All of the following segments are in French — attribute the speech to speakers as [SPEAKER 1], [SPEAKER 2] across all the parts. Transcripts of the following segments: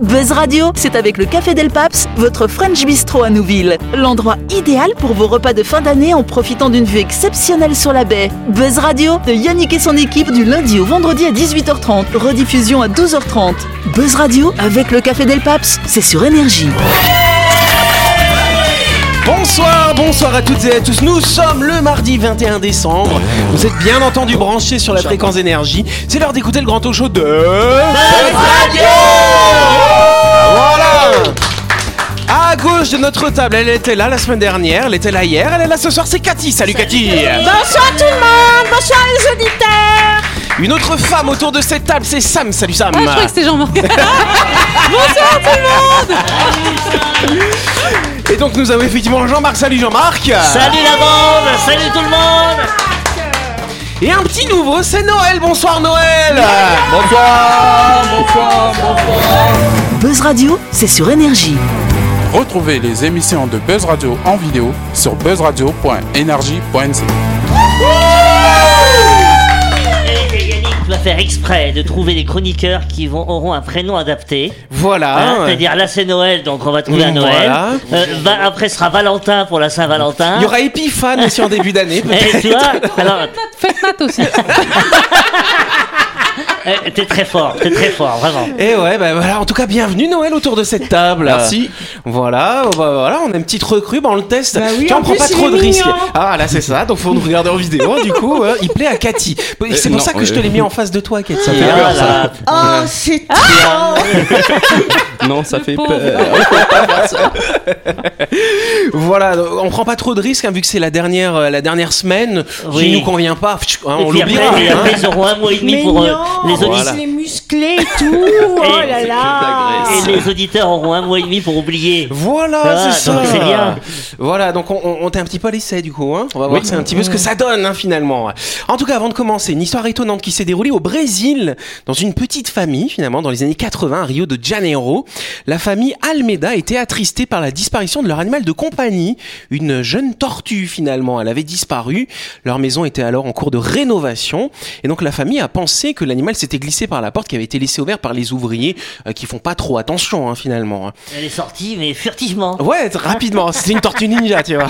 [SPEAKER 1] Buzz Radio, c'est avec le Café Del Paps, votre French Bistro à Nouville. L'endroit idéal pour vos repas de fin d'année en profitant d'une vue exceptionnelle sur la baie. Buzz Radio, de Yannick et son équipe du lundi au vendredi à 18h30, rediffusion à 12h30. Buzz Radio avec le Café Del Paps, c'est sur Énergie.
[SPEAKER 2] Bonsoir, bonsoir à toutes et à tous. Nous sommes le mardi 21 décembre. Vous êtes bien entendu branchés sur la fréquence énergie. C'est l'heure d'écouter le grand talk show de. Voilà À gauche de notre table, elle était là la semaine dernière, elle était là hier, elle est là ce soir, c'est Cathy. Salut Cathy
[SPEAKER 3] Bonsoir tout le monde, bonsoir les auditeurs.
[SPEAKER 2] Une autre femme autour de cette table, c'est Sam. Salut Sam
[SPEAKER 3] Ah, je crois que c'était Jean-Marc.
[SPEAKER 2] Et donc nous avons effectivement Jean-Marc. Salut Jean-Marc
[SPEAKER 4] Salut la bande, salut tout le monde
[SPEAKER 2] Et un petit nouveau, c'est Noël. Bonsoir Noël
[SPEAKER 5] Bonsoir, bonsoir, bonsoir.
[SPEAKER 1] Buzz Radio, c'est sur Énergie.
[SPEAKER 5] Retrouvez les émissions de Buzz Radio en vidéo sur buzzradio.energie.nc.
[SPEAKER 4] Et Yannick doit faire exprès de trouver des chroniqueurs qui vont, auront un prénom adapté.
[SPEAKER 2] Voilà.
[SPEAKER 4] Hein, C'est-à-dire là c'est Noël, donc on va trouver un Noël.
[SPEAKER 2] Ah Voilà.
[SPEAKER 4] Euh, va- après sera Valentin pour la Saint-Valentin.
[SPEAKER 2] Il y aura Epiphane aussi en début d'année.
[SPEAKER 4] Et tu vois, alors
[SPEAKER 3] Faites Nat aussi.
[SPEAKER 4] euh, t'es très fort, t'es très fort, vraiment.
[SPEAKER 2] Et ouais, bah voilà, en tout cas, bienvenue Noël autour de cette table.
[SPEAKER 5] Merci.
[SPEAKER 2] Voilà, on va- voilà, on a une petite recrue, bah on le teste.
[SPEAKER 3] Bah oui,
[SPEAKER 2] Tiens,
[SPEAKER 3] en
[SPEAKER 2] on prend
[SPEAKER 3] plus,
[SPEAKER 2] pas
[SPEAKER 3] il
[SPEAKER 2] trop
[SPEAKER 3] est
[SPEAKER 2] de
[SPEAKER 3] mignon.
[SPEAKER 2] risques. Ah là, c'est ça, donc faut nous regarder en vidéo, du coup, hein, il plaît à Cathy. Et C'est
[SPEAKER 5] Euh,
[SPEAKER 2] pour
[SPEAKER 5] non,
[SPEAKER 2] ça que je te
[SPEAKER 5] euh.
[SPEAKER 2] l'ai mis en face de toi, Cathy.
[SPEAKER 4] Voilà.
[SPEAKER 6] Ah,
[SPEAKER 4] Ah,
[SPEAKER 3] Oh, c'est
[SPEAKER 5] Non, ça fait
[SPEAKER 3] pauvre.
[SPEAKER 2] Voilà, donc, on prend pas trop de risques, hein, vu que c'est la dernière, euh, la dernière semaine,
[SPEAKER 4] Oui.
[SPEAKER 2] qui nous convient pas, pff, hein,
[SPEAKER 4] et
[SPEAKER 2] on
[SPEAKER 4] puis
[SPEAKER 2] l'oubliera.
[SPEAKER 4] après, et
[SPEAKER 2] hein.
[SPEAKER 4] après, ils auront un mois et demi
[SPEAKER 3] Mais
[SPEAKER 4] pour euh,
[SPEAKER 3] non,
[SPEAKER 4] les auditeurs.
[SPEAKER 3] Il est musclé et tout. Oh
[SPEAKER 4] Et-
[SPEAKER 3] là là.
[SPEAKER 4] Et les auditeurs auront un mois et demi pour oublier.
[SPEAKER 2] Voilà,
[SPEAKER 4] Ah,
[SPEAKER 2] c'est ça.
[SPEAKER 4] donc c'est bien.
[SPEAKER 2] Voilà, donc on, on, on t'a un petit peu à l'essai du coup. Hein on va voir c'est un petit peu ce
[SPEAKER 4] Mmh.
[SPEAKER 2] que ça donne hein, finalement. En tout cas, avant de commencer, une histoire étonnante qui s'est déroulée au Brésil, dans une petite famille finalement, dans les années 80, à Rio de Janeiro. La famille Almeida était attristée par la disparition de leur animal de compagnie, une jeune tortue finalement. Elle avait disparu. Leur maison était alors en cours de rénovation. Et donc la famille a pensé que l'animal s'était glissé par la porte qui avait été laissée ouverte par les ouvriers euh, qui font pas trop attention hein, finalement.
[SPEAKER 4] Elle est sortie, mais furtivement.
[SPEAKER 2] Ouais, t- rapidement, c'était une tortue ninja, tu vois.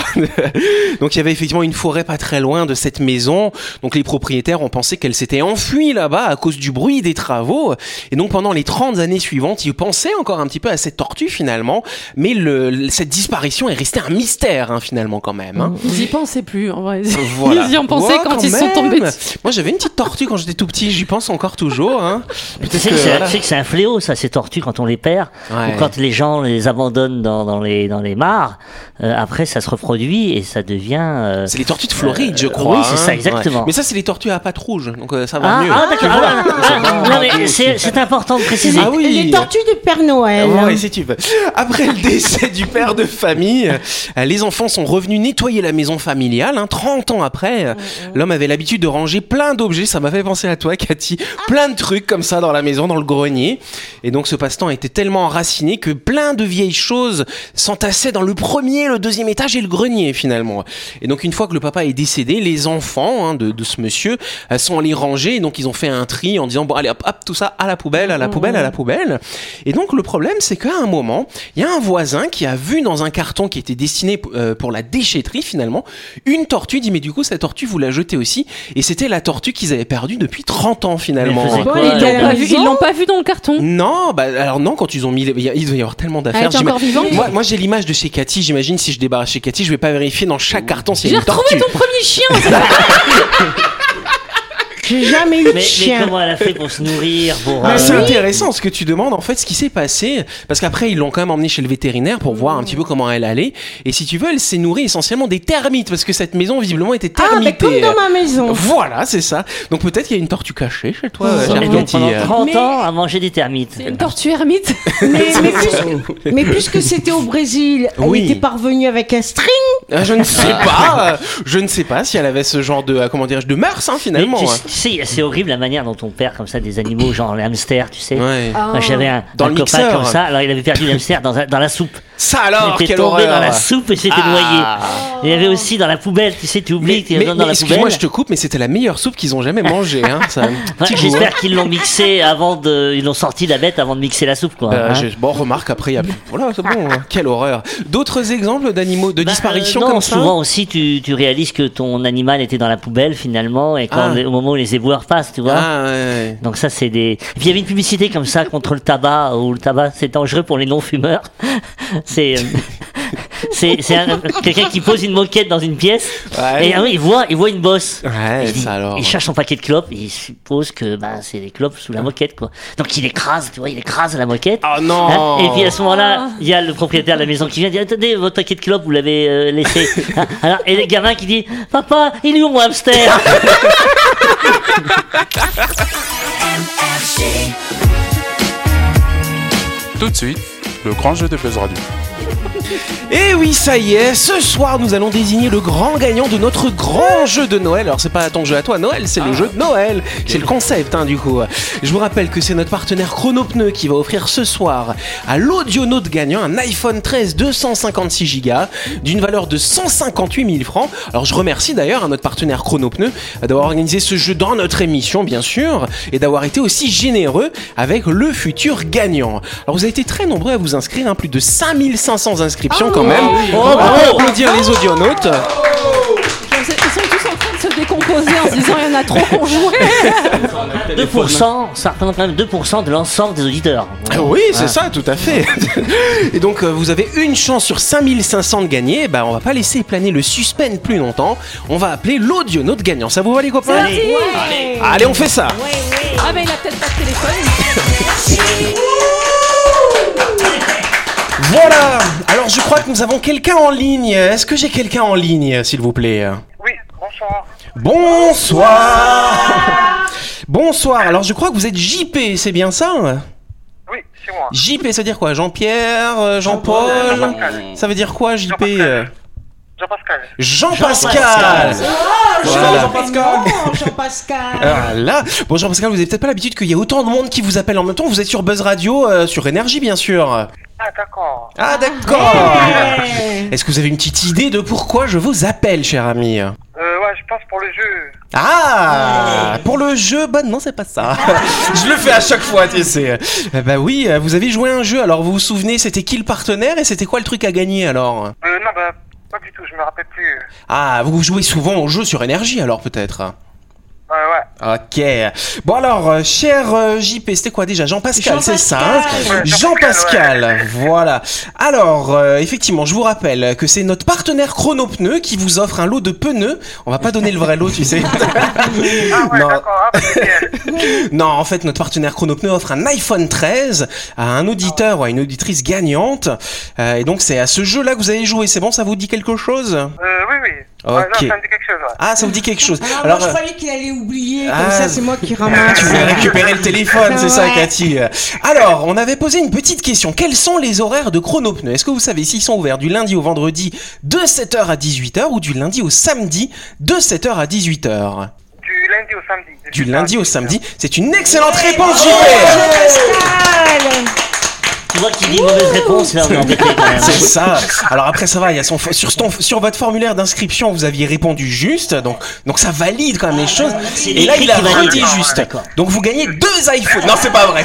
[SPEAKER 2] Donc il y avait effectivement une forêt pas très loin de cette maison. Donc les propriétaires ont pensé qu'elle s'était enfuie là-bas à cause du bruit des travaux. Et donc pendant les 30 années suivantes, ils pensaient encore un petit peu à cette tortue finalement. Mais le, le- cette disparition est restée un mystère hein, finalement quand même. hein.
[SPEAKER 3] Ils y pensaient plus, en vrai.
[SPEAKER 2] Voilà.
[SPEAKER 3] Ils y ont pensé
[SPEAKER 2] Ouais,
[SPEAKER 3] quand, ils sont
[SPEAKER 2] même.
[SPEAKER 3] tombés. dessus.
[SPEAKER 2] Moi j'avais une petite tortue quand j'étais tout petit, j'y pense encore toujours. Hein.
[SPEAKER 4] Tu sais
[SPEAKER 2] que,
[SPEAKER 4] que, c'est-
[SPEAKER 2] voilà.
[SPEAKER 4] tu sais que c'est un fléau, ça, ces tortues, quand on les perd,
[SPEAKER 2] Ouais.
[SPEAKER 4] ou quand les gens les abandonnent dans, dans les, dans les mares, euh, après, ça se reproduit et ça devient... euh,
[SPEAKER 2] C'est les tortues de Floride, je
[SPEAKER 4] Euh,
[SPEAKER 2] crois.
[SPEAKER 4] oui, c'est ça,
[SPEAKER 2] hein.
[SPEAKER 4] exactement.
[SPEAKER 2] Mais ça, c'est les tortues à pattes rouges, donc euh, ça va
[SPEAKER 4] Ah,
[SPEAKER 2] mieux.
[SPEAKER 4] ah, d'accord.
[SPEAKER 2] Voilà.
[SPEAKER 4] ah, ah, ah, non, mais c'est c'est important de préciser.
[SPEAKER 2] Ah oui. Ah
[SPEAKER 3] Les tortues du Père Noël.
[SPEAKER 7] hein.
[SPEAKER 2] Ouais, si tu veux. Après le décès du père de famille, euh, les enfants sont revenus nettoyer la maison familiale. hein. 30 ans après, euh, l'homme avait l'habitude de ranger plein d'objets. Ça m'a fait penser à toi, Cathy. Plein de trucs comme ça dans la maison, dans le grenier. Et donc ce passe-temps était tellement enraciné que plein de vieilles choses s'entassaient dans le premier, le deuxième étage et le grenier finalement. Et donc une fois que le papa est décédé, les enfants hein, de, de ce monsieur euh, sont allés ranger. Et donc ils ont fait un tri en disant bon allez hop hop tout ça à la poubelle, à la poubelle, à la poubelle. Et donc le problème c'est qu'à un moment, il y a un voisin qui a vu dans un carton qui était destiné p- euh, pour la déchetterie finalement une tortue. Il dit mais du coup cette tortue vous la jetez aussi. Et c'était la tortue qu'ils avaient perdue depuis 30 ans finalement.
[SPEAKER 4] Mais elle faisait
[SPEAKER 3] Bon,
[SPEAKER 4] Ouais,
[SPEAKER 3] ils
[SPEAKER 4] ils
[SPEAKER 3] l'ont
[SPEAKER 4] l'ont
[SPEAKER 3] pas vu- ils l'ont pas
[SPEAKER 4] pas
[SPEAKER 3] vu dans le carton.
[SPEAKER 2] Non, bah alors non, quand ils ont mis, les... il y a- il devait y avoir tellement
[SPEAKER 3] Elle
[SPEAKER 2] d'affaires.
[SPEAKER 3] est
[SPEAKER 2] j'ima-
[SPEAKER 3] encore vivante.
[SPEAKER 2] Moi, moi, j'ai l'image de chez Cathy. J'imagine si je débarrasse chez Cathy, je vais pas vérifier dans chaque carton s'il y
[SPEAKER 3] J'ai
[SPEAKER 2] a une
[SPEAKER 3] retrouvé
[SPEAKER 2] tortue.
[SPEAKER 3] ton premier chien.
[SPEAKER 6] J'ai jamais eu de
[SPEAKER 4] Mais, mais
[SPEAKER 6] chien.
[SPEAKER 4] comment elle a fait pour se nourrir pour,
[SPEAKER 2] Ah,
[SPEAKER 4] euh,
[SPEAKER 2] c'est intéressant ce que tu demandes en fait ce qui s'est passé parce qu'après ils l'ont quand même emmenée chez le vétérinaire pour voir un petit peu comment elle allait et si tu veux elle s'est nourrie essentiellement des termites parce que cette maison visiblement était
[SPEAKER 6] Ah, mais
[SPEAKER 2] termitée.
[SPEAKER 6] comme dans
[SPEAKER 4] euh,
[SPEAKER 6] ma maison.
[SPEAKER 2] Voilà c'est ça donc peut-être qu'il y a une tortue cachée chez toi
[SPEAKER 3] Oh.
[SPEAKER 2] cher
[SPEAKER 4] Et donc
[SPEAKER 2] Cathy.
[SPEAKER 4] pendant 30
[SPEAKER 6] Mais-
[SPEAKER 4] ans à manger des termites.
[SPEAKER 3] C'est une tortue ermite.
[SPEAKER 6] Mais, mais puisque, mais puisque c'était au Brésil, elle
[SPEAKER 2] Oui.
[SPEAKER 6] était parvenue avec un string.
[SPEAKER 2] Ah, je ne sais pas euh, je ne sais pas si elle avait ce genre de euh, comment dirais-je de mœurs hein,
[SPEAKER 4] Mais
[SPEAKER 2] finalement
[SPEAKER 4] tu
[SPEAKER 2] hein.
[SPEAKER 4] sais, c'est horrible la manière dont on perd comme ça des animaux, genre les hamsters, tu sais.
[SPEAKER 2] Ouais.
[SPEAKER 3] Ah.
[SPEAKER 4] Moi, J'avais un,
[SPEAKER 2] Dans
[SPEAKER 4] un
[SPEAKER 2] le
[SPEAKER 4] copain
[SPEAKER 2] mixeur.
[SPEAKER 4] comme ça, alors il avait perdu l'hamster dans, un- dans la soupe.
[SPEAKER 2] Ça alors,
[SPEAKER 4] J'étais
[SPEAKER 2] quelle
[SPEAKER 4] tombé
[SPEAKER 2] horreur
[SPEAKER 4] dans la soupe et j'étais
[SPEAKER 2] Ah.
[SPEAKER 4] noyé. Il y avait aussi dans la poubelle, tu sais, tu oublies
[SPEAKER 2] Mais,
[SPEAKER 4] que tu
[SPEAKER 2] mais-
[SPEAKER 4] donnes dans
[SPEAKER 2] mais
[SPEAKER 4] la
[SPEAKER 2] excuse-moi,
[SPEAKER 4] poubelle.
[SPEAKER 2] je te coupe, mais c'était la meilleure soupe qu'ils ont jamais mangée. Hein, ça a un
[SPEAKER 4] Ouais,
[SPEAKER 2] petit goût, hein.
[SPEAKER 4] J'espère qu'ils l'ont mixé avant de. Ils l'ont sorti la bête avant de mixer la soupe, quoi.
[SPEAKER 2] Euh,
[SPEAKER 4] hein.
[SPEAKER 2] j'ai- bon, remarque, après, il y a plus. Voilà, c'est bon, hein. quelle horreur. D'autres exemples d'animaux, de
[SPEAKER 4] Bah,
[SPEAKER 2] disparitions
[SPEAKER 4] euh, non,
[SPEAKER 2] comme ça
[SPEAKER 4] souvent aussi, tu, tu réalises que ton animal était dans la poubelle finalement, et quand,
[SPEAKER 2] Ah.
[SPEAKER 4] au moment où les éboueurs passent, tu vois.
[SPEAKER 2] Ah, ouais.
[SPEAKER 4] Donc ça, c'est des. Et puis il y avait une publicité comme ça contre le tabac euh, où le tabac c'est dangereux pour les non-fumeurs. C'est. euh, C'est c'est un- quelqu'un qui pose une moquette dans une pièce
[SPEAKER 2] Ouais.
[SPEAKER 4] et ah oui, il voit il voit une bosse.
[SPEAKER 2] Ouais, Ah.
[SPEAKER 4] Il se dit-
[SPEAKER 2] Eh, ça alors.
[SPEAKER 4] Il cherche son paquet de clopes et il suppose que bah, c'est des clopes sous la moquette quoi. Donc il écrase, tu vois, il écrase la moquette.
[SPEAKER 2] Oh non
[SPEAKER 4] Hein, Et puis à ce moment-là, il y a le propriétaire de la maison qui vient dire attendez votre paquet de clopes vous l'avez euh, laissé. Ah, Alors et le gamin qui dit papa il est où mon hamster
[SPEAKER 2] Ah,
[SPEAKER 5] Tout de suite, le grand jeu de Buzz Radio.
[SPEAKER 2] Et oui, ça y est, ce soir nous allons désigner le grand gagnant de notre grand jeu de Noël. Alors c'est pas ton jeu à toi Noël, c'est le jeu de Noël. C'est le concept hein, du coup. Je vous rappelle que c'est notre partenaire Chronopneu qui va offrir ce soir à l'audionaute gagnant un iPhone 13 256 Go d'une valeur de 158 000 francs. Alors je remercie d'ailleurs à notre partenaire Chronopneu d'avoir organisé ce jeu dans notre émission bien sûr et d'avoir été aussi généreux avec le futur gagnant. Alors vous avez été très nombreux à vous inscrire, hein, plus de 5500 inscriptions quand même. On va applaudir les audionautes.
[SPEAKER 6] Ils sont tous en train de se décomposer en se disant il y en a trop qu'on jouait.
[SPEAKER 4] 2%, ça représente quand même 2% de l'ensemble des auditeurs.
[SPEAKER 2] Ah Oui, c'est ça, tout à fait. Et donc, euh, vous avez une chance sur 5500 de gagner. Bah, on va pas laisser planer le suspense plus longtemps. On va appeler l'audionaute gagnant. Ça vous va, les copains
[SPEAKER 4] Allez.
[SPEAKER 2] Allez, on fait ça.
[SPEAKER 6] Ah mais il a peut-être pas de téléphone.
[SPEAKER 2] Voilà. Alors, je crois que nous avons quelqu'un en ligne. Est-ce que j'ai quelqu'un en ligne, s'il vous plaît
[SPEAKER 8] Oui, bonsoir.
[SPEAKER 2] Bonsoir. Bonsoir. Alors, je crois que vous êtes JP, c'est bien ça
[SPEAKER 8] Oui, c'est moi.
[SPEAKER 2] JP, ça veut dire quoi Jean-Pierre euh, Jean-Paul
[SPEAKER 8] Jean-Pascal.
[SPEAKER 2] Ça veut dire quoi, JP euh
[SPEAKER 8] Jean-Pascal. Jean-Pascal.
[SPEAKER 2] Jean-Pascal Voilà.
[SPEAKER 6] Oh,
[SPEAKER 4] Ah,
[SPEAKER 6] Jean-Pascal.
[SPEAKER 2] Alors là, bon Jean-Pascal, vous avez peut-être pas l'habitude qu'il y ait autant de monde qui vous appelle en même temps. Vous êtes sur Buzz Radio, euh, sur Énergie bien sûr.
[SPEAKER 8] Ah, d'accord.
[SPEAKER 2] Ah d'accord. Est-ce que vous avez une petite idée de pourquoi je vous appelle, cher ami
[SPEAKER 8] Euh, ouais, je pense pour le jeu.
[SPEAKER 2] Ah Pour le jeu, bah non, c'est pas ça. je le fais à chaque fois, tu sais. Euh, Bah oui, euh, vous avez joué à un jeu. Alors vous vous souvenez, c'était qui le partenaire et c'était quoi le truc à gagner alors
[SPEAKER 8] Euh, non, bah, pas du tout, je me rappelle plus. Euh,
[SPEAKER 2] Ah, vous jouez souvent au jeu sur Énergie alors peut-être.
[SPEAKER 8] Ouais, ouais.
[SPEAKER 2] Ok. Bon alors, euh, cher euh, JP, c'était quoi déjà Jean-Pascal, c'est ça hein
[SPEAKER 8] Ouais,
[SPEAKER 2] Jean-Pascal, voilà. Alors, euh, effectivement, je vous rappelle que c'est notre partenaire Chronopneu qui vous offre un lot de pneus. On va pas donner le vrai lot, tu sais.
[SPEAKER 8] Ah, ouais,
[SPEAKER 2] Non.
[SPEAKER 8] d'accord. Ah, bah, nickel.
[SPEAKER 2] non, en fait, notre partenaire Chronopneu offre un iPhone 13 à un auditeur ou à une auditrice gagnante. Euh, et donc, c'est à ce jeu-là que vous allez jouer. C'est bon, ça vous dit quelque chose
[SPEAKER 8] Euh, oui, oui. Ouais, non,
[SPEAKER 2] Ok.
[SPEAKER 8] ça me dit quelque chose, ouais.
[SPEAKER 2] Ah, ça vous dit quelque chose.
[SPEAKER 6] Alors, moi,
[SPEAKER 2] Alors,
[SPEAKER 6] je
[SPEAKER 2] euh,
[SPEAKER 6] croyais qu'il allait oublier, comme
[SPEAKER 2] Ah.
[SPEAKER 6] ça c'est moi qui
[SPEAKER 7] Ah,
[SPEAKER 6] ramasse. Ah,
[SPEAKER 2] tu voulais récupérer le téléphone, c'est ça,
[SPEAKER 6] Ouais.
[SPEAKER 2] Cathy. Alors, on avait posé une petite question. Quels sont les horaires de Chronopneu Est-ce que vous savez s'ils sont ouverts du lundi au vendredi de 7h à 18h ou du lundi au samedi de 7h à 18h
[SPEAKER 8] Du lundi au samedi.
[SPEAKER 2] Du lundi au samedi, c'est une excellente réponse, JP
[SPEAKER 6] Pascal
[SPEAKER 4] Tu vois qu'il dit mauvaise réponse, là on est embêté quand même.
[SPEAKER 2] C'est ça. Alors après ça va, il y a son fo- sur, ton- sur votre formulaire d'inscription, vous aviez répondu juste, donc donc ça valide quand même les choses.
[SPEAKER 4] C'est
[SPEAKER 2] Et là
[SPEAKER 4] l'écrit
[SPEAKER 2] il a
[SPEAKER 4] qui valide.
[SPEAKER 2] validé juste.
[SPEAKER 4] D'accord.
[SPEAKER 2] Donc vous gagnez deux iPhones. Non, c'est pas vrai.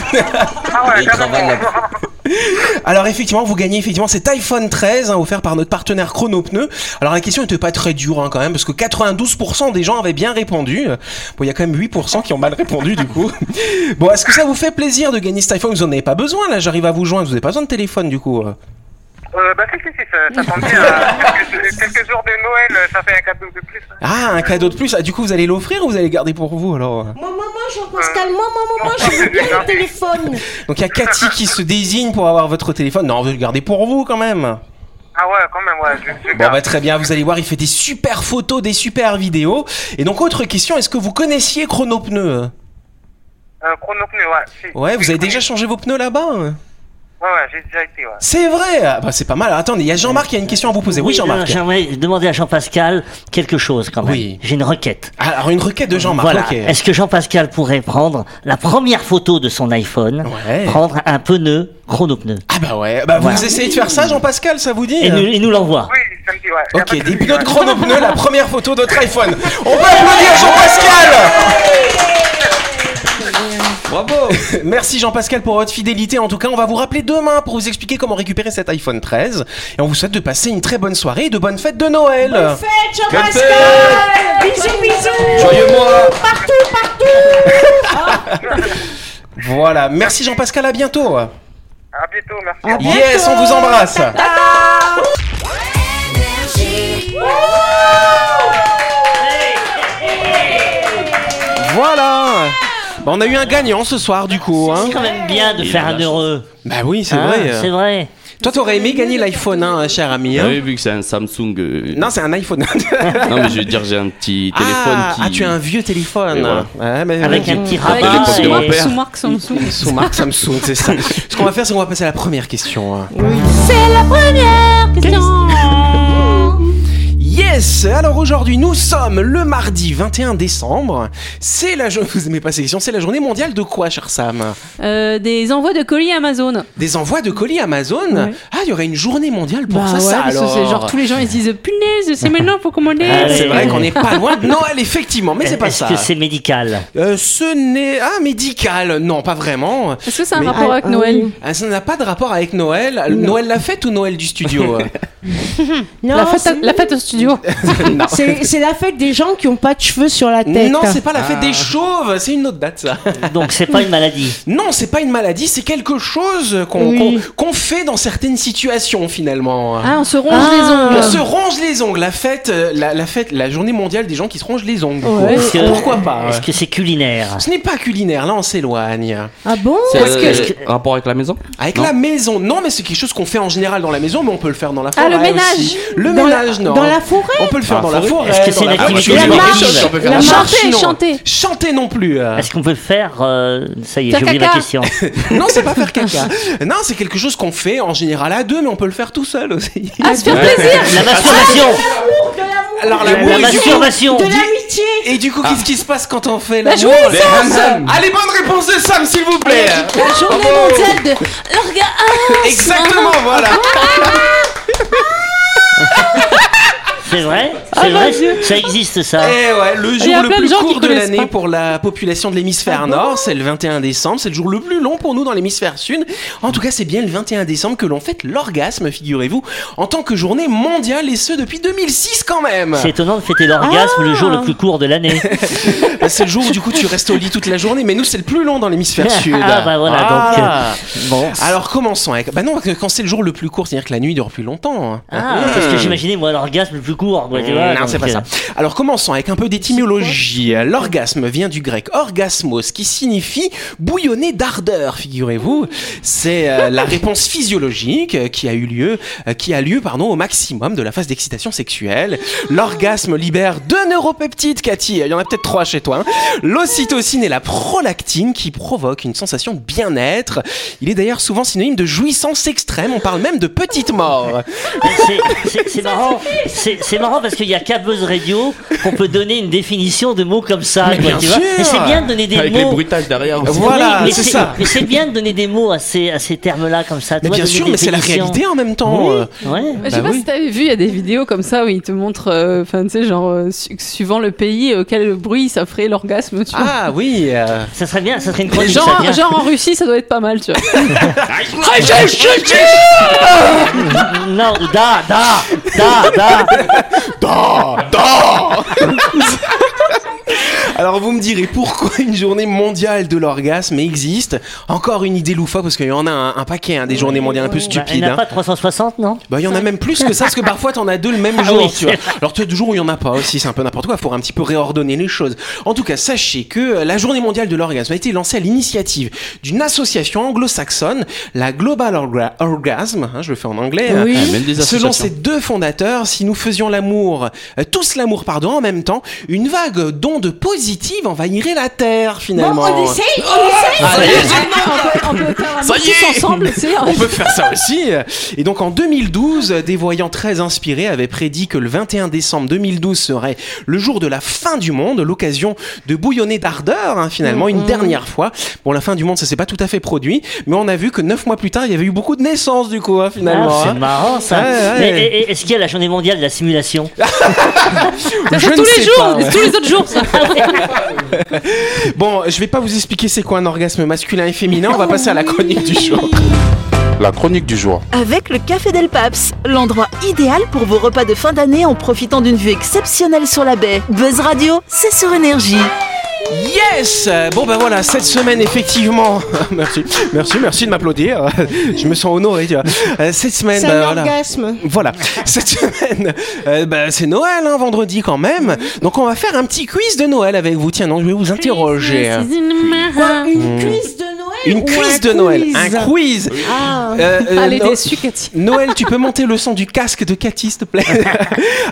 [SPEAKER 8] Ah, ouais, d'accord.
[SPEAKER 2] Alors effectivement, vous gagnez effectivement cet iPhone 13 hein, offert par notre partenaire Chronopneu. Alors la question n'était pas très dure hein, quand même parce que 92% des gens avaient bien répondu. Bon, il y a quand même 8% qui ont mal répondu du coup. Bon, est-ce que ça vous fait plaisir de gagner cet iPhone Vous en avez pas besoin là, j'arrive à vous joindre, vous n'avez pas besoin de téléphone du coup.
[SPEAKER 8] Euh, bah, si, si, si, ça, ça tombe bien. euh, quelques, quelques jours de Noël, euh, ça fait un cadeau de plus.
[SPEAKER 2] Ah, un cadeau de plus. Ah, du coup, vous allez l'offrir ou vous allez le garder pour vous alors
[SPEAKER 6] Moi, moi, moi, Jean-Pascal, moi, moi, moi, moi, je veux bien le téléphone.
[SPEAKER 2] Donc il y a Cathy qui se désigne pour avoir votre téléphone. Non, on veut le garder pour vous quand même.
[SPEAKER 8] Ah, ouais, quand même, ouais. Je, je
[SPEAKER 2] Bon
[SPEAKER 8] garde.
[SPEAKER 2] bah très bien, vous allez voir, il fait des super photos, des super vidéos. Et donc autre question, est-ce que vous connaissiez Chronopneu
[SPEAKER 8] Euh, chrono pneu, ouais. si.
[SPEAKER 2] Ouais, vous avez déjà changé vos pneus là-bas hein
[SPEAKER 8] Ouais, ouais, j'ai déjà été, ouais.
[SPEAKER 2] C'est vrai Ah, bah, C'est pas mal. Attendez, il y a Jean-Marc qui a une question à vous poser. Oui,
[SPEAKER 4] alors,
[SPEAKER 2] Jean-Marc.
[SPEAKER 4] J'aimerais demander à Jean-Pascal quelque chose quand même.
[SPEAKER 2] Oui.
[SPEAKER 4] J'ai une requête.
[SPEAKER 2] Alors, une requête de Jean-Marc.
[SPEAKER 4] Voilà.
[SPEAKER 2] ok.
[SPEAKER 4] Est-ce que Jean-Pascal pourrait prendre la première photo de son iPhone,
[SPEAKER 2] Ouais.
[SPEAKER 4] prendre un pneu, chronopneu,
[SPEAKER 2] Ah bah ouais, bah
[SPEAKER 4] Voilà.
[SPEAKER 2] vous essayez de faire ça Jean-Pascal, ça vous dit hein
[SPEAKER 4] et nous, et nous l'envoie
[SPEAKER 8] Oui, samedi, ouais. Y a
[SPEAKER 2] Ok,
[SPEAKER 8] pas de
[SPEAKER 2] des
[SPEAKER 8] souci,
[SPEAKER 2] pilotes
[SPEAKER 8] ouais.
[SPEAKER 2] chrono-pneus, la première photo de notre iPhone. On peut applaudir Jean-Pascal Bravo Merci Jean-Pascal pour votre fidélité. En tout cas, on va vous rappeler demain pour vous expliquer comment récupérer cet iPhone 13. Et on vous souhaite de passer une très bonne soirée et de bonnes fêtes de Noël
[SPEAKER 9] Ah.
[SPEAKER 3] Bisous, bisous
[SPEAKER 2] Joyeux mois
[SPEAKER 3] Partout, partout
[SPEAKER 2] Voilà, merci Jean-Pascal, à bientôt
[SPEAKER 8] À bientôt, merci.
[SPEAKER 2] Yes, on vous embrasse Voilà Bah, on a eu un gagnant ce soir du coup. Hein.
[SPEAKER 4] C'est quand même bien de faire un heureux.
[SPEAKER 2] Bah oui, c'est
[SPEAKER 4] Hein,
[SPEAKER 2] vrai.
[SPEAKER 4] C'est vrai.
[SPEAKER 2] Toi, t'aurais aimé gagner l'iPhone, hein, cher ami. hein.
[SPEAKER 9] Ah oui, vu que c'est un Samsung. euh,
[SPEAKER 2] Non, c'est un iPhone.
[SPEAKER 9] non, mais je veux dire, j'ai un petit téléphone
[SPEAKER 2] ah,
[SPEAKER 9] qui.
[SPEAKER 2] ah, tu as un vieux téléphone.
[SPEAKER 9] Et voilà.
[SPEAKER 2] Ouais, mais-
[SPEAKER 4] Avec un petit
[SPEAKER 6] Avec
[SPEAKER 4] rabat.
[SPEAKER 6] une
[SPEAKER 9] c'est
[SPEAKER 4] et-
[SPEAKER 9] mon
[SPEAKER 6] sous-marque,
[SPEAKER 9] père.
[SPEAKER 6] sous-marque Samsung.
[SPEAKER 2] Sous marque Samsung, c'est ça. Ce qu'on va faire, c'est qu'on va passer à la première question. hein.
[SPEAKER 3] C'est la première question
[SPEAKER 2] Yes Alors aujourd'hui, nous sommes le mardi 21 décembre. C'est la journée... Vous aimez pas ces questions C'est la journée mondiale de quoi, cher Sam
[SPEAKER 6] Euh, Des envois de colis Amazon.
[SPEAKER 2] Des envois de colis Amazon
[SPEAKER 6] Ouais.
[SPEAKER 2] Ah, il y aurait une journée mondiale pour
[SPEAKER 6] bah
[SPEAKER 2] ça,
[SPEAKER 6] ouais,
[SPEAKER 2] ça,
[SPEAKER 6] parce que
[SPEAKER 2] alors
[SPEAKER 6] c'est genre tous les gens ils se disent punaise, c'est maintenant faut commander.
[SPEAKER 4] Ah,
[SPEAKER 2] C'est
[SPEAKER 4] Ouais.
[SPEAKER 2] vrai qu'on n'est pas loin de Noël, effectivement, mais c'est pas
[SPEAKER 4] Est-ce
[SPEAKER 2] ça.
[SPEAKER 4] que c'est médical
[SPEAKER 2] Euh, ce n'est... Ah, médical Non, pas vraiment.
[SPEAKER 6] Est-ce que c'est un
[SPEAKER 2] Mais-
[SPEAKER 6] rapport avec
[SPEAKER 7] Ah,
[SPEAKER 6] Noël
[SPEAKER 7] oui.
[SPEAKER 2] Ah, ça n'a pas de rapport avec Noël. Noël la fête ou Noël du studio euh
[SPEAKER 7] Non,
[SPEAKER 6] la, fête,
[SPEAKER 7] c'est-
[SPEAKER 6] la fête au studio.
[SPEAKER 2] Non.
[SPEAKER 7] c'est c'est la fête des gens qui n'ont pas de cheveux sur la tête.
[SPEAKER 2] Non, c'est pas la
[SPEAKER 4] Ah.
[SPEAKER 2] fête des chauves, c'est une autre date ça.
[SPEAKER 4] Donc c'est pas une maladie.
[SPEAKER 2] Non, c'est pas une maladie, c'est quelque chose qu'on
[SPEAKER 7] Oui.
[SPEAKER 2] qu'on- qu'on fait dans certaines situations finalement.
[SPEAKER 6] Ah, on se ronge
[SPEAKER 7] Ah.
[SPEAKER 6] les ongles.
[SPEAKER 2] On se ronge les ongles, la fête, euh, la, la fête, la journée mondiale des gens qui se rongent les ongles.
[SPEAKER 7] Ouais.
[SPEAKER 4] Est-ce que-
[SPEAKER 2] Pourquoi pas hein.
[SPEAKER 4] Est-ce que c'est culinaire
[SPEAKER 2] Ce n'est pas culinaire, là on s'éloigne.
[SPEAKER 7] Ah bon
[SPEAKER 9] C'est
[SPEAKER 4] Parce que-
[SPEAKER 9] euh, rapport avec la maison
[SPEAKER 2] Avec
[SPEAKER 9] Non.
[SPEAKER 2] la maison, non mais c'est quelque chose qu'on fait en général dans la maison, mais on peut le faire dans la forêt
[SPEAKER 6] le ménage.
[SPEAKER 2] aussi. Le
[SPEAKER 7] Dans la-
[SPEAKER 2] ménage, non.
[SPEAKER 7] Dans la forêt
[SPEAKER 2] On peut le faire
[SPEAKER 9] Dans
[SPEAKER 2] dans
[SPEAKER 9] la
[SPEAKER 2] la forêt.
[SPEAKER 4] Est-ce que c'est
[SPEAKER 2] dans la-
[SPEAKER 4] une activité
[SPEAKER 2] Ah, bah, tu-
[SPEAKER 4] sportive
[SPEAKER 2] tu- tu- tu-
[SPEAKER 6] La
[SPEAKER 2] tu-
[SPEAKER 6] marche.
[SPEAKER 2] tu- non.
[SPEAKER 6] Chanter.
[SPEAKER 2] Chanter non plus. euh.
[SPEAKER 4] Est-ce qu'on peut le faire euh, Ça y est,
[SPEAKER 6] Faire
[SPEAKER 4] j'ai oublié ma
[SPEAKER 6] caca.
[SPEAKER 4] question.
[SPEAKER 2] Non, c'est pas faire caca. Non, c'est quelque chose qu'on fait en général à deux, mais on peut le faire tout seul aussi.
[SPEAKER 6] À Ah, se faire plaisir.
[SPEAKER 4] La masturbation
[SPEAKER 2] Alors
[SPEAKER 4] La,
[SPEAKER 2] l'amour, et, du coup,
[SPEAKER 4] masturbation Ah.
[SPEAKER 7] De l'amitié
[SPEAKER 2] et du coup, qu'est-ce qui se passe quand on fait
[SPEAKER 6] La
[SPEAKER 2] l'amour
[SPEAKER 6] jouissance.
[SPEAKER 2] Allez, bonne réponse de Sam, s'il vous plaît.
[SPEAKER 6] La journée mondiale de l'orgasme.
[SPEAKER 2] Exactement, voilà.
[SPEAKER 4] C'est vrai C'est vrai Ça existe ça
[SPEAKER 2] Ah, bah, Eh ouais, le
[SPEAKER 6] y
[SPEAKER 2] jour
[SPEAKER 6] a
[SPEAKER 2] le
[SPEAKER 6] plein de
[SPEAKER 2] plus
[SPEAKER 6] gens qui
[SPEAKER 2] court de
[SPEAKER 6] connaissent
[SPEAKER 2] l'année
[SPEAKER 6] pas.
[SPEAKER 2] pour la population de l'hémisphère nord, c'est le 21 décembre. C'est le jour le plus long pour nous dans l'hémisphère sud. En tout cas, c'est bien le 21 décembre que l'on fête l'orgasme, figurez-vous, en tant que journée mondiale, et ce depuis 2006 quand même.
[SPEAKER 4] C'est étonnant de fêter l'orgasme le jour le plus court de l'année.
[SPEAKER 2] Bah, c'est le jour où du coup tu restes au lit toute la journée, mais nous c'est le plus long dans l'hémisphère
[SPEAKER 4] Ah,
[SPEAKER 2] sud.
[SPEAKER 4] bah voilà, donc,
[SPEAKER 2] Ah. bon. Alors commençons avec. Bah non, parce que quand c'est le jour le plus court, c'est-à-dire que la nuit dure plus longtemps. hein.
[SPEAKER 4] Ah, parce que j'imaginais moi l'orgasme le plus court. quoi, tu vois,
[SPEAKER 2] Mmh, Mm, non,
[SPEAKER 4] donc,
[SPEAKER 2] c'est pas
[SPEAKER 4] euh,
[SPEAKER 2] ça. Alors commençons avec un peu d'étymologie. L'orgasme vient du grec orgasmos qui signifie bouillonner d'ardeur, figurez-vous. C'est euh, la réponse physiologique euh, qui a eu lieu euh, qui a lieu pardon au maximum de la phase d'excitation sexuelle. L'orgasme libère deux neuropeptides Cathy, il y en a peut-être trois chez toi. hein. L'ocytocine et la prolactine qui provoquent une sensation de bien-être. Il est d'ailleurs souvent synonyme de jouissance extrême, on parle même de petite mort.
[SPEAKER 4] c'est- c'est- C'est marrant, c'est c'est marrant parce qu'il y a qu'à Buzz Radio qu'on peut donner une définition de mots comme ça.
[SPEAKER 2] Mais
[SPEAKER 4] quoi,
[SPEAKER 2] bien
[SPEAKER 4] tu vois.
[SPEAKER 2] sûr.
[SPEAKER 4] Et c'est bien de donner des
[SPEAKER 9] Avec les
[SPEAKER 4] mots.
[SPEAKER 9] bruitages derrière aussi.
[SPEAKER 2] Voilà,
[SPEAKER 4] Oui, mais
[SPEAKER 2] c'est ça.
[SPEAKER 4] Mais c'est bien de donner des mots à ces, à ces termes-là comme ça. tu
[SPEAKER 2] Mais
[SPEAKER 4] vois,
[SPEAKER 2] bien
[SPEAKER 4] donner
[SPEAKER 2] sûr,
[SPEAKER 4] des
[SPEAKER 2] mais c'est la
[SPEAKER 4] définitions.
[SPEAKER 2] réalité en même temps. euh.
[SPEAKER 4] Ouais.
[SPEAKER 6] Je sais
[SPEAKER 2] Bah
[SPEAKER 6] pas
[SPEAKER 2] oui.
[SPEAKER 6] si t'avais vu, il y a des vidéos comme ça où ils te montrent, euh, enfin tu sais, genre euh, su- suivant le pays, euh, quel bruit ça ferait l'orgasme, tu vois.
[SPEAKER 2] Ah oui. euh.
[SPEAKER 4] Ça serait bien, ça serait une chronique. ça, bien.
[SPEAKER 6] Genre, genre en Russie, ça doit être pas mal, tu vois.
[SPEAKER 2] Ah,
[SPEAKER 4] Non, ou da, da, da, da.
[SPEAKER 2] Alors vous me direz pourquoi une journée mondiale de l'orgasme existe Encore une idée loufoque parce qu'il y en a un, un paquet hein, des journées mondiales un peu
[SPEAKER 4] Bah, il
[SPEAKER 2] stupides.
[SPEAKER 4] n'y en a
[SPEAKER 2] hein.
[SPEAKER 4] pas 360, non
[SPEAKER 2] Bah, il y en a même plus que ça parce que parfois t'en as deux le
[SPEAKER 9] Ah
[SPEAKER 2] même jour.
[SPEAKER 4] oui,
[SPEAKER 2] tu vois. Alors tu as deux jours où il y en a pas aussi, c'est un peu n'importe quoi. Il faut un petit peu réordonner les choses. En tout cas, sachez que euh, la journée mondiale de l'orgasme a été lancée à l'initiative d'une association anglo-saxonne, la Global Orga- Orgasm. hein, je le fais en anglais. hein.
[SPEAKER 9] Ah, même des
[SPEAKER 2] Selon
[SPEAKER 9] associations.
[SPEAKER 2] ces deux fondateurs, si nous faisions l'amour, euh, tous l'amour, pardon, en même temps, une vague d'ondes positives positive envahirait la Terre
[SPEAKER 7] Bon,
[SPEAKER 2] finalement.
[SPEAKER 7] on essaye, on
[SPEAKER 2] Ah,
[SPEAKER 7] essaye.
[SPEAKER 2] Allez,
[SPEAKER 6] on, peut, on peut faire un
[SPEAKER 2] Ça
[SPEAKER 6] truc
[SPEAKER 2] y est
[SPEAKER 6] tous ensemble, tu sais.
[SPEAKER 2] On peut faire ça aussi. Et donc en 2012, des voyants très inspirés avaient prédit que le 21 décembre 2012 serait le jour de la fin du monde, l'occasion de bouillonner d'ardeur hein, finalement une dernière fois. Bon, la fin du monde, ça s'est pas tout à fait produit, mais on a vu que neuf mois plus tard, il y avait eu beaucoup de naissances du coup hein,
[SPEAKER 4] Ah,
[SPEAKER 2] finalement.
[SPEAKER 4] c'est
[SPEAKER 2] hein.
[SPEAKER 4] marrant ça.
[SPEAKER 2] Ouais, ouais.
[SPEAKER 4] Mais et- et- est-ce qu'il y a la journée mondiale de la simulation
[SPEAKER 6] Ça,
[SPEAKER 2] Je
[SPEAKER 6] c'est
[SPEAKER 2] ne
[SPEAKER 6] tous
[SPEAKER 2] sais
[SPEAKER 6] les jours,
[SPEAKER 2] pas, ouais.
[SPEAKER 6] tous les autres jours, ça.
[SPEAKER 2] Bon, je vais pas vous expliquer c'est quoi un orgasme masculin et féminin. On va passer à la chronique du jour.
[SPEAKER 5] La chronique du jour.
[SPEAKER 1] Avec le Café Del Paps, l'endroit idéal pour vos repas de fin d'année en profitant d'une vue exceptionnelle sur la baie. Buzz Radio, c'est sur énergie.
[SPEAKER 2] Yes Bon ben voilà, cette semaine effectivement, merci, merci, merci de m'applaudir, je me sens honoré. tu vois. Euh, Cette semaine,
[SPEAKER 7] C'est
[SPEAKER 2] ben,
[SPEAKER 7] un
[SPEAKER 2] voilà.
[SPEAKER 7] orgasme.
[SPEAKER 2] Voilà, cette semaine, euh, ben, c'est Noël, hein, vendredi quand même. Donc on va faire un petit quiz de Noël avec vous. Tiens, non, je vais vous interroger.
[SPEAKER 7] Quoi, une
[SPEAKER 9] Hmm.
[SPEAKER 2] Mm.
[SPEAKER 7] cuisse de Noël
[SPEAKER 2] Une
[SPEAKER 7] ou
[SPEAKER 2] quiz
[SPEAKER 7] un
[SPEAKER 2] de Noël,
[SPEAKER 7] quiz
[SPEAKER 2] un quiz.
[SPEAKER 7] Ah.
[SPEAKER 2] Euh, euh,
[SPEAKER 6] Allez,
[SPEAKER 2] no-
[SPEAKER 6] déçu, Cathy.
[SPEAKER 2] Noël, tu peux monter le son du casque de Cathy, s'il te plaît.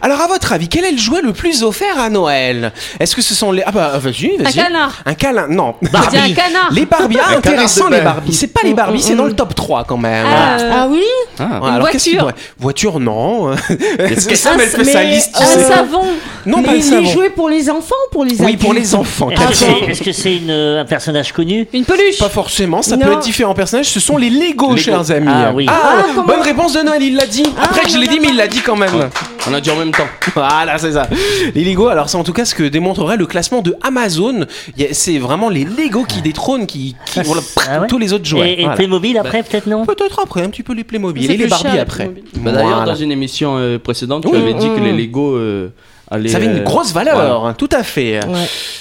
[SPEAKER 2] Alors à votre avis, quel est le jouet le plus offert à Noël Est-ce que ce sont les... Ah bah vas-y, vas-y.
[SPEAKER 6] Un canard.
[SPEAKER 2] Un câlin, non.
[SPEAKER 6] Je dis un canard.
[SPEAKER 2] Les Barbies, ah,
[SPEAKER 10] Un canard
[SPEAKER 2] intéressant
[SPEAKER 10] de
[SPEAKER 2] les
[SPEAKER 10] bain.
[SPEAKER 2] Barbies. C'est pas les Barbies, c'est dans le top 3 quand même.
[SPEAKER 6] Ah, euh,
[SPEAKER 7] Ah oui
[SPEAKER 9] Ah.
[SPEAKER 2] Ouais, alors, qu'est-ce qu'il
[SPEAKER 6] voiture.
[SPEAKER 2] pourrait- Voiture, non.
[SPEAKER 9] Est-ce que-
[SPEAKER 2] Sam, elle fait sa liste, tu
[SPEAKER 6] un
[SPEAKER 2] sais.
[SPEAKER 6] savon.
[SPEAKER 2] Non,
[SPEAKER 7] mais
[SPEAKER 2] pas le
[SPEAKER 7] les
[SPEAKER 2] savon.
[SPEAKER 7] jouets pour les enfants ou pour les
[SPEAKER 2] Oui, pour
[SPEAKER 7] adultes
[SPEAKER 2] les enfants.
[SPEAKER 4] Est-ce que
[SPEAKER 2] Cathy.
[SPEAKER 4] c'est est-ce que c'est une, euh, un personnage connu
[SPEAKER 6] Une peluche.
[SPEAKER 2] Pas forcément, ça peut
[SPEAKER 7] Non.
[SPEAKER 2] être différents personnages. Ce sont les Lego,
[SPEAKER 9] Lego.
[SPEAKER 2] chers amis.
[SPEAKER 4] Ah oui.
[SPEAKER 7] comment-
[SPEAKER 2] bonne réponse de Noël, il l'a dit.
[SPEAKER 6] Ah,
[SPEAKER 2] Après, je l'ai dit, mais il l'a dit quand même.
[SPEAKER 9] On a dit en même temps.
[SPEAKER 2] Voilà, c'est ça. Les Lego, alors c'est en tout cas ce que démontrerait le classement de Amazon. Il y a- C'est vraiment les Lego qui détrônent, qui, qui voilà,
[SPEAKER 4] Ah ouais
[SPEAKER 2] tous les autres jouets.
[SPEAKER 4] Et, et
[SPEAKER 2] Voilà. Bah,
[SPEAKER 4] Playmobil après, peut-être non
[SPEAKER 2] Peut-être après, un petit peu les Playmobil
[SPEAKER 6] C'est
[SPEAKER 2] et les
[SPEAKER 6] plus
[SPEAKER 2] Barbie
[SPEAKER 6] cher, les
[SPEAKER 2] après.
[SPEAKER 6] Playmobil.
[SPEAKER 9] Bah, D'ailleurs,
[SPEAKER 2] Voilà.
[SPEAKER 9] dans une émission euh, précédente, tu
[SPEAKER 2] Oui.
[SPEAKER 9] avais dit que
[SPEAKER 7] Mm,
[SPEAKER 9] les
[SPEAKER 7] mm.
[SPEAKER 9] Lego euh, allaient.
[SPEAKER 2] Ça avait une
[SPEAKER 9] euh,
[SPEAKER 2] grosse valeur, hein, tout à fait.
[SPEAKER 7] Ouais.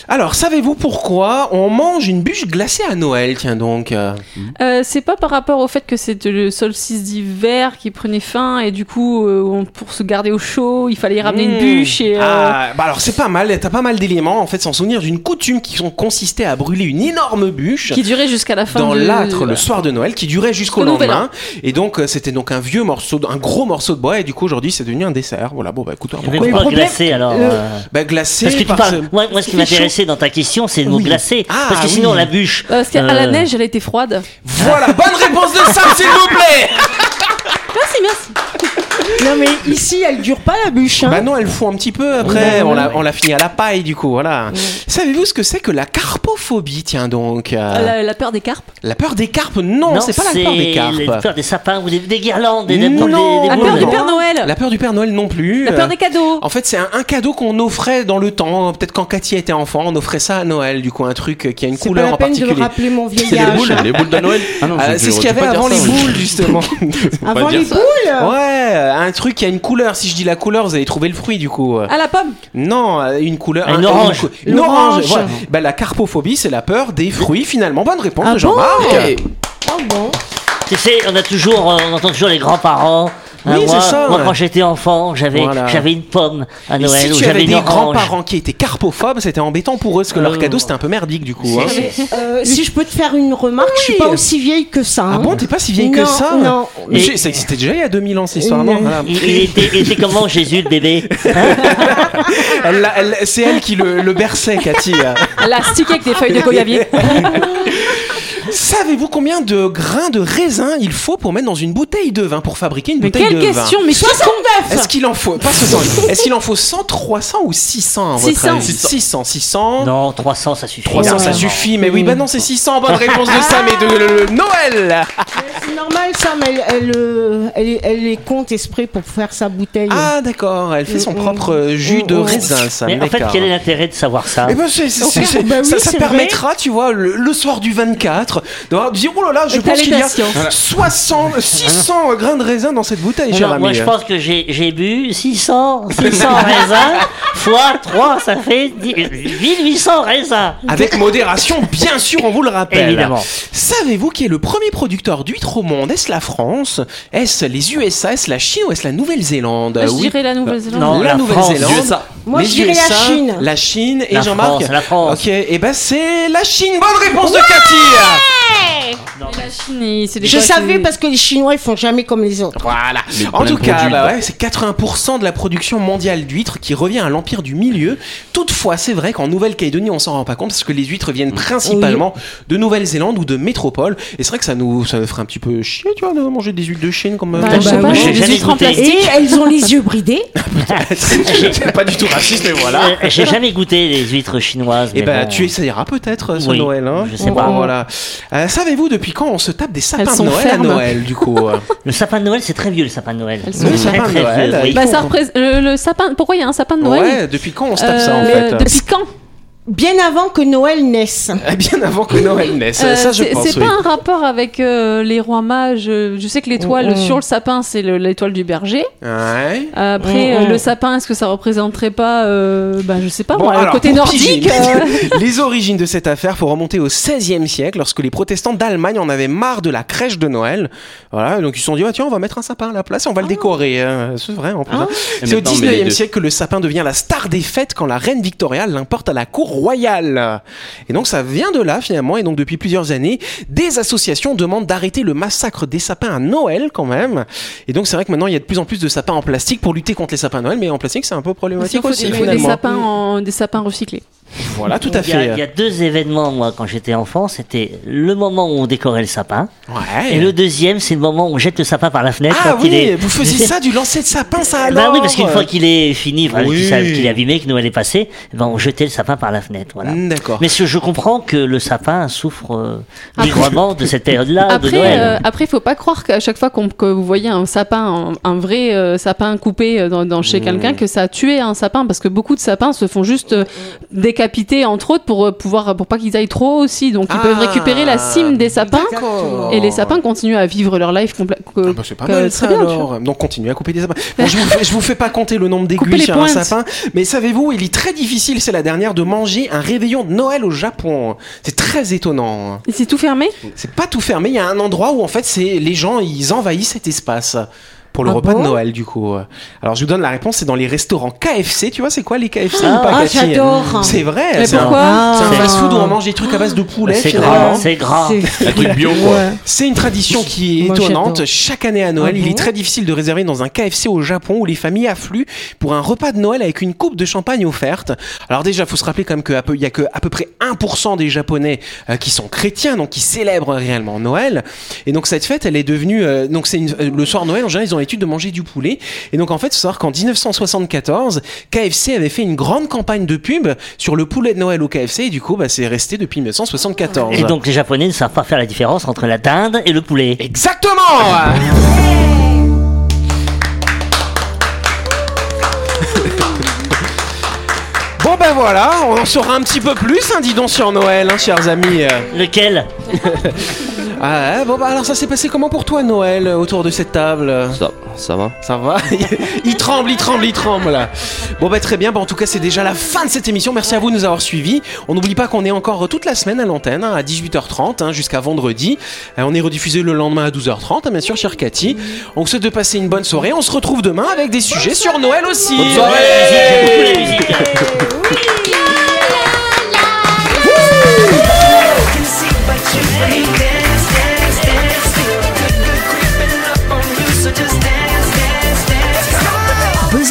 [SPEAKER 2] Alors, savez-vous pourquoi on mange une bûche glacée à Noël Tiens donc. euh,
[SPEAKER 6] Euh, c'est pas par rapport au fait que c'est de- le solstice d'hiver qui prenait fin et du coup, euh, on- pour se garder au chaud, il fallait y ramener une
[SPEAKER 2] Mmh.
[SPEAKER 6] bûche et. euh,
[SPEAKER 2] Ah, bah alors c'est pas mal, t'as pas mal d'éléments en fait sans souvenir d'une coutume qui sont- consistait à brûler une énorme bûche.
[SPEAKER 6] Qui durait jusqu'à la fin
[SPEAKER 2] dans
[SPEAKER 6] de-
[SPEAKER 2] l'âtre le soir de Noël qui durait jusqu'au
[SPEAKER 6] Jusqu'au nouvel
[SPEAKER 2] lendemain et donc euh, c'était donc un vieux morceau de- un gros morceau de bois et du coup aujourd'hui c'est devenu un dessert voilà bon bah écoute hein,
[SPEAKER 4] Mais
[SPEAKER 2] pourquoi-
[SPEAKER 4] pourquoi
[SPEAKER 7] problème,
[SPEAKER 4] glacé alors euh,
[SPEAKER 2] bah glacé
[SPEAKER 4] Parce que tu
[SPEAKER 2] parce-
[SPEAKER 4] parles. Moi, moi, ce qui
[SPEAKER 2] Il fait
[SPEAKER 4] m'intéressait dans ta question, c'est le mot
[SPEAKER 2] Oui.
[SPEAKER 4] glacé.
[SPEAKER 2] Ah,
[SPEAKER 4] parce que
[SPEAKER 2] oui.
[SPEAKER 4] sinon, la bûche.
[SPEAKER 6] Euh, Parce qu'à
[SPEAKER 4] euh,
[SPEAKER 6] la neige, elle était froide.
[SPEAKER 2] voilà bonne réponse de Sam s'il vous plaît
[SPEAKER 6] Merci, merci.
[SPEAKER 7] Non, mais ici, elle dure pas la bûche. Hein.
[SPEAKER 2] bah non elle fout un petit peu après
[SPEAKER 4] bah,
[SPEAKER 2] on l'a on l'a fini à la paille du coup voilà savez-vous ce que c'est que la carpophobie tiens donc euh, la...
[SPEAKER 6] Ah, La, la peur des carpes.
[SPEAKER 2] peur des carpes non, c'est pas la peur des
[SPEAKER 4] La
[SPEAKER 2] carpes
[SPEAKER 4] peur des sapins ou des, des guirlandes, des, des, des,
[SPEAKER 2] Non,
[SPEAKER 4] des
[SPEAKER 6] La
[SPEAKER 4] boules.
[SPEAKER 6] peur du
[SPEAKER 2] non.
[SPEAKER 6] Père Noël.
[SPEAKER 2] la peur du Père Noël non plus
[SPEAKER 6] La
[SPEAKER 2] euh,
[SPEAKER 6] peur des cadeaux.
[SPEAKER 2] En fait, c'est un, un cadeau qu'on offrait dans le temps. Peut-être quand Cathy était enfant, on offrait ça à Noël. Du coup, un truc qui a une
[SPEAKER 7] C'est pas
[SPEAKER 2] couleur
[SPEAKER 7] la
[SPEAKER 2] en
[SPEAKER 7] peine de
[SPEAKER 2] particulier.
[SPEAKER 7] me rappeler mon
[SPEAKER 2] C'est des
[SPEAKER 7] vieillage.
[SPEAKER 2] boules.
[SPEAKER 9] Les boules de Noël Ah non,
[SPEAKER 2] Ah,
[SPEAKER 9] je-
[SPEAKER 2] c'est
[SPEAKER 9] je-
[SPEAKER 2] ce
[SPEAKER 9] je
[SPEAKER 2] qu'il y
[SPEAKER 9] peux
[SPEAKER 2] avait
[SPEAKER 9] pas dire
[SPEAKER 2] avant
[SPEAKER 9] ça,
[SPEAKER 2] les
[SPEAKER 9] oui.
[SPEAKER 2] boules, justement.
[SPEAKER 7] Avant
[SPEAKER 9] dire
[SPEAKER 7] les
[SPEAKER 9] ça. Oh,
[SPEAKER 7] boules
[SPEAKER 2] ouais, un truc qui a une couleur. Si je dis la couleur, vous allez trouver le fruit, du coup.
[SPEAKER 6] À la pomme.
[SPEAKER 2] Non, euh, une couleur.
[SPEAKER 4] Ah, Une
[SPEAKER 2] un-
[SPEAKER 4] orange.
[SPEAKER 2] cou- Une, orange. voilà. Bah, la carpophobie, c'est la peur des fruits, finalement. Bonne réponse
[SPEAKER 7] Ah
[SPEAKER 2] de Jean-Marc.
[SPEAKER 9] Ouais.
[SPEAKER 7] Oh bon
[SPEAKER 4] Tu sais, on a toujours, euh, on entend toujours les grands-parents. Hein,
[SPEAKER 2] Oui,
[SPEAKER 4] moi,
[SPEAKER 2] c'est ça.
[SPEAKER 4] moi, quand j'étais enfant, j'avais,
[SPEAKER 2] Voilà.
[SPEAKER 4] j'avais une pomme à
[SPEAKER 2] Et
[SPEAKER 4] Noël
[SPEAKER 2] si
[SPEAKER 4] ou
[SPEAKER 2] tu
[SPEAKER 4] j'avais
[SPEAKER 2] avais
[SPEAKER 4] une
[SPEAKER 2] des
[SPEAKER 4] orange.
[SPEAKER 2] grands-parents qui étaient carpophobes, c'était embêtant pour eux, parce que leur
[SPEAKER 4] Euh.
[SPEAKER 2] cadeau, c'était un peu merdique, du coup. hein.
[SPEAKER 7] Euh, Si je peux te faire une remarque, je suis pas aussi vieille que ça.
[SPEAKER 2] Ah
[SPEAKER 7] hein.
[SPEAKER 2] bon, t'es pas si vieille que
[SPEAKER 7] Non,
[SPEAKER 2] ça
[SPEAKER 7] non.
[SPEAKER 2] Mais
[SPEAKER 4] Et-
[SPEAKER 2] j'ai- ça existait déjà il y a 2000 ans, cette histoire, non Voilà.
[SPEAKER 4] Il, il était, il était comment Jésus le bébé
[SPEAKER 2] Elle l'a- elle- C'est elle qui le, le berçait, Cathy.
[SPEAKER 6] Elle a stické avec des feuilles de goyavier.
[SPEAKER 2] Savez-vous combien de grains de raisin il faut pour mettre dans une bouteille de vin, pour fabriquer une
[SPEAKER 6] Mais
[SPEAKER 2] bouteille
[SPEAKER 6] quelle
[SPEAKER 2] de
[SPEAKER 6] question Mais qu'est-ce qu'on-
[SPEAKER 2] vin
[SPEAKER 7] 69
[SPEAKER 2] Est-ce qu'il en faut pas 60, Est-ce qu'il en faut 100, 300 ou 600 à votre
[SPEAKER 6] 600.
[SPEAKER 2] avis 600, 600.
[SPEAKER 4] Non, 300, ça suffit.
[SPEAKER 2] 300 ça
[SPEAKER 4] largement.
[SPEAKER 2] suffit, mais oui, bah non, c'est 600. Bonne réponse
[SPEAKER 7] Ah.
[SPEAKER 2] de Sam et de le- le- Noël.
[SPEAKER 7] C'est normal, Sam, elle, elle, euh, elle, est- elle les compte exprès pour faire sa bouteille.
[SPEAKER 2] Ah, d'accord, elle fait son
[SPEAKER 7] Mm,
[SPEAKER 2] propre euh, jus
[SPEAKER 7] mm,
[SPEAKER 2] de
[SPEAKER 7] mm.
[SPEAKER 2] raisin, Sam.
[SPEAKER 4] Mais en fait,
[SPEAKER 2] d'accord.
[SPEAKER 4] quel est l'intérêt de savoir ça
[SPEAKER 2] Eh ben, c'est- c'est- c'est- c'est-
[SPEAKER 7] Bah oui,
[SPEAKER 2] ça, ça
[SPEAKER 7] c'est
[SPEAKER 2] permettra, tu vois, le, le soir du 24, d'avoir de dire oh là là, je
[SPEAKER 6] T'as
[SPEAKER 2] pense
[SPEAKER 6] les
[SPEAKER 2] qu'il y a
[SPEAKER 6] patients.
[SPEAKER 2] 60, 600 grains de raisin dans cette bouteille,
[SPEAKER 4] Eh Non,
[SPEAKER 2] cher ami.
[SPEAKER 4] moi, je pense que j'ai, j'ai bu 600, 600 raisins fois 3, ça fait 10 1800 raisins.
[SPEAKER 2] Avec modération, bien sûr, on vous le rappelle.
[SPEAKER 4] Évidemment.
[SPEAKER 2] Savez-vous qui est le premier producteur d'huîtres au monde Est-ce la France Est-ce les USA Est-ce la Chine ou est-ce la Nouvelle-Zélande
[SPEAKER 6] Je
[SPEAKER 2] euh, Oui. Bah,
[SPEAKER 6] dirais la Nouvelle-Zélande.
[SPEAKER 4] Non,
[SPEAKER 2] la,
[SPEAKER 4] la France,
[SPEAKER 2] Nouvelle-Zélande,
[SPEAKER 9] USA.
[SPEAKER 7] Moi,
[SPEAKER 2] les
[SPEAKER 7] je dirais la
[SPEAKER 2] USA,
[SPEAKER 7] Chine.
[SPEAKER 2] La Chine et
[SPEAKER 4] La
[SPEAKER 2] Jean-Marc. Ah, eh
[SPEAKER 4] France, la France.
[SPEAKER 2] Ok, et ben c'est la Chine. Bonne réponse de Cathy.
[SPEAKER 4] Non, mais
[SPEAKER 6] Chine et c'est des
[SPEAKER 7] Je
[SPEAKER 6] fois
[SPEAKER 7] savais
[SPEAKER 6] que-
[SPEAKER 7] parce que les Chinois ils font jamais comme les autres.
[SPEAKER 2] Voilà.
[SPEAKER 9] Les
[SPEAKER 2] En tout
[SPEAKER 9] problèmes
[SPEAKER 2] cas,
[SPEAKER 9] d'huile.
[SPEAKER 2] bah ouais, c'est 80% de la production mondiale d'huîtres qui revient à l'empire du milieu. Toutefois, c'est vrai qu'en Nouvelle-Calédonie, on s'en rend pas compte parce que les huîtres viennent principalement de Nouvelle-Zélande ou de métropole. Et c'est vrai que ça nous, ça nous ferait un petit peu chier, tu vois, de manger des huîtres de Chine comme.
[SPEAKER 6] Bah,
[SPEAKER 7] Bah,
[SPEAKER 6] je sais
[SPEAKER 7] bah,
[SPEAKER 6] pas,
[SPEAKER 7] oui.
[SPEAKER 6] j'ai
[SPEAKER 7] J'ai
[SPEAKER 6] des
[SPEAKER 4] jamais
[SPEAKER 6] vitres en
[SPEAKER 4] goûté.
[SPEAKER 6] plastique.
[SPEAKER 7] Et elles ont les yeux bridés.
[SPEAKER 2] C'est pas du tout raciste, mais voilà.
[SPEAKER 4] Euh, J'ai jamais goûté les huîtres chinoises.
[SPEAKER 2] Et
[SPEAKER 4] mais
[SPEAKER 2] bah,
[SPEAKER 4] bon.
[SPEAKER 2] tu essaieras peut-être ce
[SPEAKER 4] Oui,
[SPEAKER 2] Noël. Hein.
[SPEAKER 4] je sais pas.
[SPEAKER 2] Voilà. Euh, Savez-vous depuis quand on se tape des sapins
[SPEAKER 6] Elles
[SPEAKER 2] de
[SPEAKER 6] sont
[SPEAKER 2] Noël
[SPEAKER 6] fermes.
[SPEAKER 2] à Noël, du coup euh
[SPEAKER 4] Le sapin de Noël, c'est très vieux, le sapin de Noël.
[SPEAKER 6] Elles sont
[SPEAKER 4] C'est
[SPEAKER 2] Le
[SPEAKER 4] très,
[SPEAKER 2] sapin de
[SPEAKER 4] très
[SPEAKER 2] Noël,
[SPEAKER 4] vieux, oui.
[SPEAKER 2] il
[SPEAKER 6] Bah,
[SPEAKER 2] faut
[SPEAKER 6] ça
[SPEAKER 2] qu'on-
[SPEAKER 6] représente le, le sapin. Pourquoi il y a un sapin de Noël
[SPEAKER 2] Ouais, depuis quand on se tape ça en
[SPEAKER 6] Euh,
[SPEAKER 2] fait
[SPEAKER 6] Depuis quand
[SPEAKER 7] Bien avant que Noël naisse.
[SPEAKER 2] Eh Bien avant que Noël naisse,
[SPEAKER 6] Euh,
[SPEAKER 2] ça je
[SPEAKER 6] c'est-
[SPEAKER 2] pense.
[SPEAKER 6] C'est
[SPEAKER 2] oui.
[SPEAKER 6] pas un rapport avec euh, les rois mages. euh, Je sais que l'étoile
[SPEAKER 7] Mm, mm.
[SPEAKER 6] sur le sapin, c'est le- l'étoile du berger.
[SPEAKER 2] Ouais.
[SPEAKER 6] Euh, Après,
[SPEAKER 7] Mm,
[SPEAKER 6] euh,
[SPEAKER 7] mm.
[SPEAKER 6] le sapin, est-ce que ça représenterait pas, euh, bah, je sais pas,
[SPEAKER 2] Bon,
[SPEAKER 6] moi, le
[SPEAKER 2] alors,
[SPEAKER 6] côté
[SPEAKER 2] pour
[SPEAKER 6] nordique
[SPEAKER 2] piger,
[SPEAKER 6] euh,
[SPEAKER 2] Les origines de cette affaire faut remonter au XVIe siècle, lorsque les protestants d'Allemagne en avaient marre de la crèche de Noël. Voilà, donc ils se sont dit, Ah, tiens, on va mettre un sapin à la place et on
[SPEAKER 6] Ah.
[SPEAKER 2] va le décorer. hein. C'est vrai, en plus. hein. C'est au
[SPEAKER 9] maintenant, on met les deux.
[SPEAKER 2] XIXe siècle que le sapin devient la star des fêtes quand la reine Victoria l'importe à la cour royale. Et donc ça vient de là, finalement, et donc depuis plusieurs années, des associations demandent d'arrêter le massacre des sapins à Noël, quand même. Et donc c'est vrai que maintenant, il y a de plus en plus de sapins en plastique pour lutter contre les sapins à Noël, mais en plastique, c'est un peu
[SPEAKER 6] parce qu'il
[SPEAKER 2] problématique
[SPEAKER 6] faut,
[SPEAKER 2] aussi,
[SPEAKER 6] il faut des
[SPEAKER 2] finalement.
[SPEAKER 6] sapins, en- des sapins recyclés.
[SPEAKER 2] Voilà, tout à
[SPEAKER 4] Il y, a, il y
[SPEAKER 2] fait. euh,
[SPEAKER 4] a deux événements, moi, quand j'étais enfant. C'était le moment où on décorait le sapin.
[SPEAKER 2] Ouais.
[SPEAKER 4] Et le deuxième, c'est le moment où on jette le sapin par la fenêtre.
[SPEAKER 2] Eh. Ah
[SPEAKER 4] quand il
[SPEAKER 2] oui,
[SPEAKER 4] est-
[SPEAKER 2] vous faisiez ça du lancer de sapin, ça alors
[SPEAKER 4] Bah oui, parce qu'une fois qu'il est fini, enfin,
[SPEAKER 2] Oui.
[SPEAKER 4] qu'il s'a- qu'il est abîmé, que Noël est passé, ben, on jetait le sapin par la fenêtre. Voilà.
[SPEAKER 2] Mm, D'accord.
[SPEAKER 4] Mais ce- je comprends que le sapin souffre euh,
[SPEAKER 6] Après-
[SPEAKER 4] librement de cette
[SPEAKER 2] Ah,
[SPEAKER 4] période-là de
[SPEAKER 6] Ah. Après,
[SPEAKER 4] Noël.
[SPEAKER 6] euh, après, faut pas croire qu'à chaque fois qu'on que vous voyez un sapin, un, un vrai euh, sapin coupé euh, dans, dans chez
[SPEAKER 2] Mmh.
[SPEAKER 6] quelqu'un, que ça a tué un sapin, parce que beaucoup de sapins se font juste euh, décapiter entre autres pour euh, pouvoir pour pas qu'ils aillent trop haut aussi, donc ils
[SPEAKER 2] Ah.
[SPEAKER 6] peuvent récupérer la cime des sapins
[SPEAKER 2] D'accord.
[SPEAKER 6] et les sapins continuent à vivre leur life complet.
[SPEAKER 2] Ah bah, c'est pas mal ça alors. Donc continuez à couper des sapins. Bon, je, vous fais, je vous fais pas compter le nombre
[SPEAKER 6] Coupez
[SPEAKER 2] d'aiguilles
[SPEAKER 6] les
[SPEAKER 2] sur un
[SPEAKER 6] pointes.
[SPEAKER 2] sapin, mais savez-vous, il est très difficile, c'est la dernière, de manger un réveillon de Noël au Japon. C'est très étonnant.
[SPEAKER 6] C'est tout fermé.
[SPEAKER 2] C'est pas tout fermé, il y a un endroit où en fait c'est les gens ils envahissent cet espace pour le
[SPEAKER 7] Ah
[SPEAKER 2] repas
[SPEAKER 7] bon
[SPEAKER 2] de Noël du coup. Alors je vous donne la réponse, c'est dans les restaurants KFC, tu vois c'est quoi les KFC ou
[SPEAKER 7] Ah,
[SPEAKER 2] pas
[SPEAKER 7] ah,
[SPEAKER 2] Cathy
[SPEAKER 7] j'adore. Ah.
[SPEAKER 2] C'est vrai,
[SPEAKER 6] Mais
[SPEAKER 2] c'est un-
[SPEAKER 6] pourquoi
[SPEAKER 2] C'est un fast-food où on mange des trucs à base de poulet.
[SPEAKER 4] c'est
[SPEAKER 2] finalement.
[SPEAKER 4] gras, c'est gras.
[SPEAKER 9] Un truc bio, quoi.
[SPEAKER 7] Ouais.
[SPEAKER 2] C'est une tradition qui est
[SPEAKER 7] Moi,
[SPEAKER 2] étonnante.
[SPEAKER 7] j'adore.
[SPEAKER 2] Chaque année à Noël,
[SPEAKER 7] Ah
[SPEAKER 2] il
[SPEAKER 7] bon
[SPEAKER 2] est très difficile de réserver dans un KFC au Japon où les familles affluent pour un repas de Noël avec une coupe de champagne offerte. Alors déjà, faut se rappeler quand même qu'il y a que à peu près 1% des Japonais euh, qui sont chrétiens, donc qui célèbrent réellement Noël. Et donc cette fête, elle est devenue euh, donc c'est une- euh, le soir de Noël en général, ils ont l'habitude de manger du poulet. Et donc en fait, faut savoir qu'en 1974, KFC avait fait une grande campagne de pub sur le poulet de Noël au KFC. Et du coup, bah, c'est resté depuis 1974.
[SPEAKER 4] Et donc les Japonais ne savent pas faire la différence entre la dinde et le poulet.
[SPEAKER 2] Exactement Bon ben voilà, on en saura un petit peu plus, hein, dis donc sur Noël, hein, chers amis. Euh,
[SPEAKER 4] Lequel
[SPEAKER 2] Ah, ouais, bon bah alors ça s'est passé comment pour toi Noël euh, autour de cette table euh
[SPEAKER 9] Ça, ça va.
[SPEAKER 2] Ça va Il tremble, il tremble, il tremble là. Bon bah très bien, bon, en tout cas c'est déjà la fin de cette émission, merci à vous de nous avoir suivis. On n'oublie pas qu'on est encore euh, toute la semaine à l'antenne, hein, à 18h30 hein, jusqu'à vendredi. Euh, on est rediffusé le lendemain à 12h30, hein, bien sûr, chère Cathy. On vous souhaite de passer une bonne soirée, on se retrouve demain avec des sujets sur Noël aussi.
[SPEAKER 4] J'aime beaucoup la musique.
[SPEAKER 1] Buzz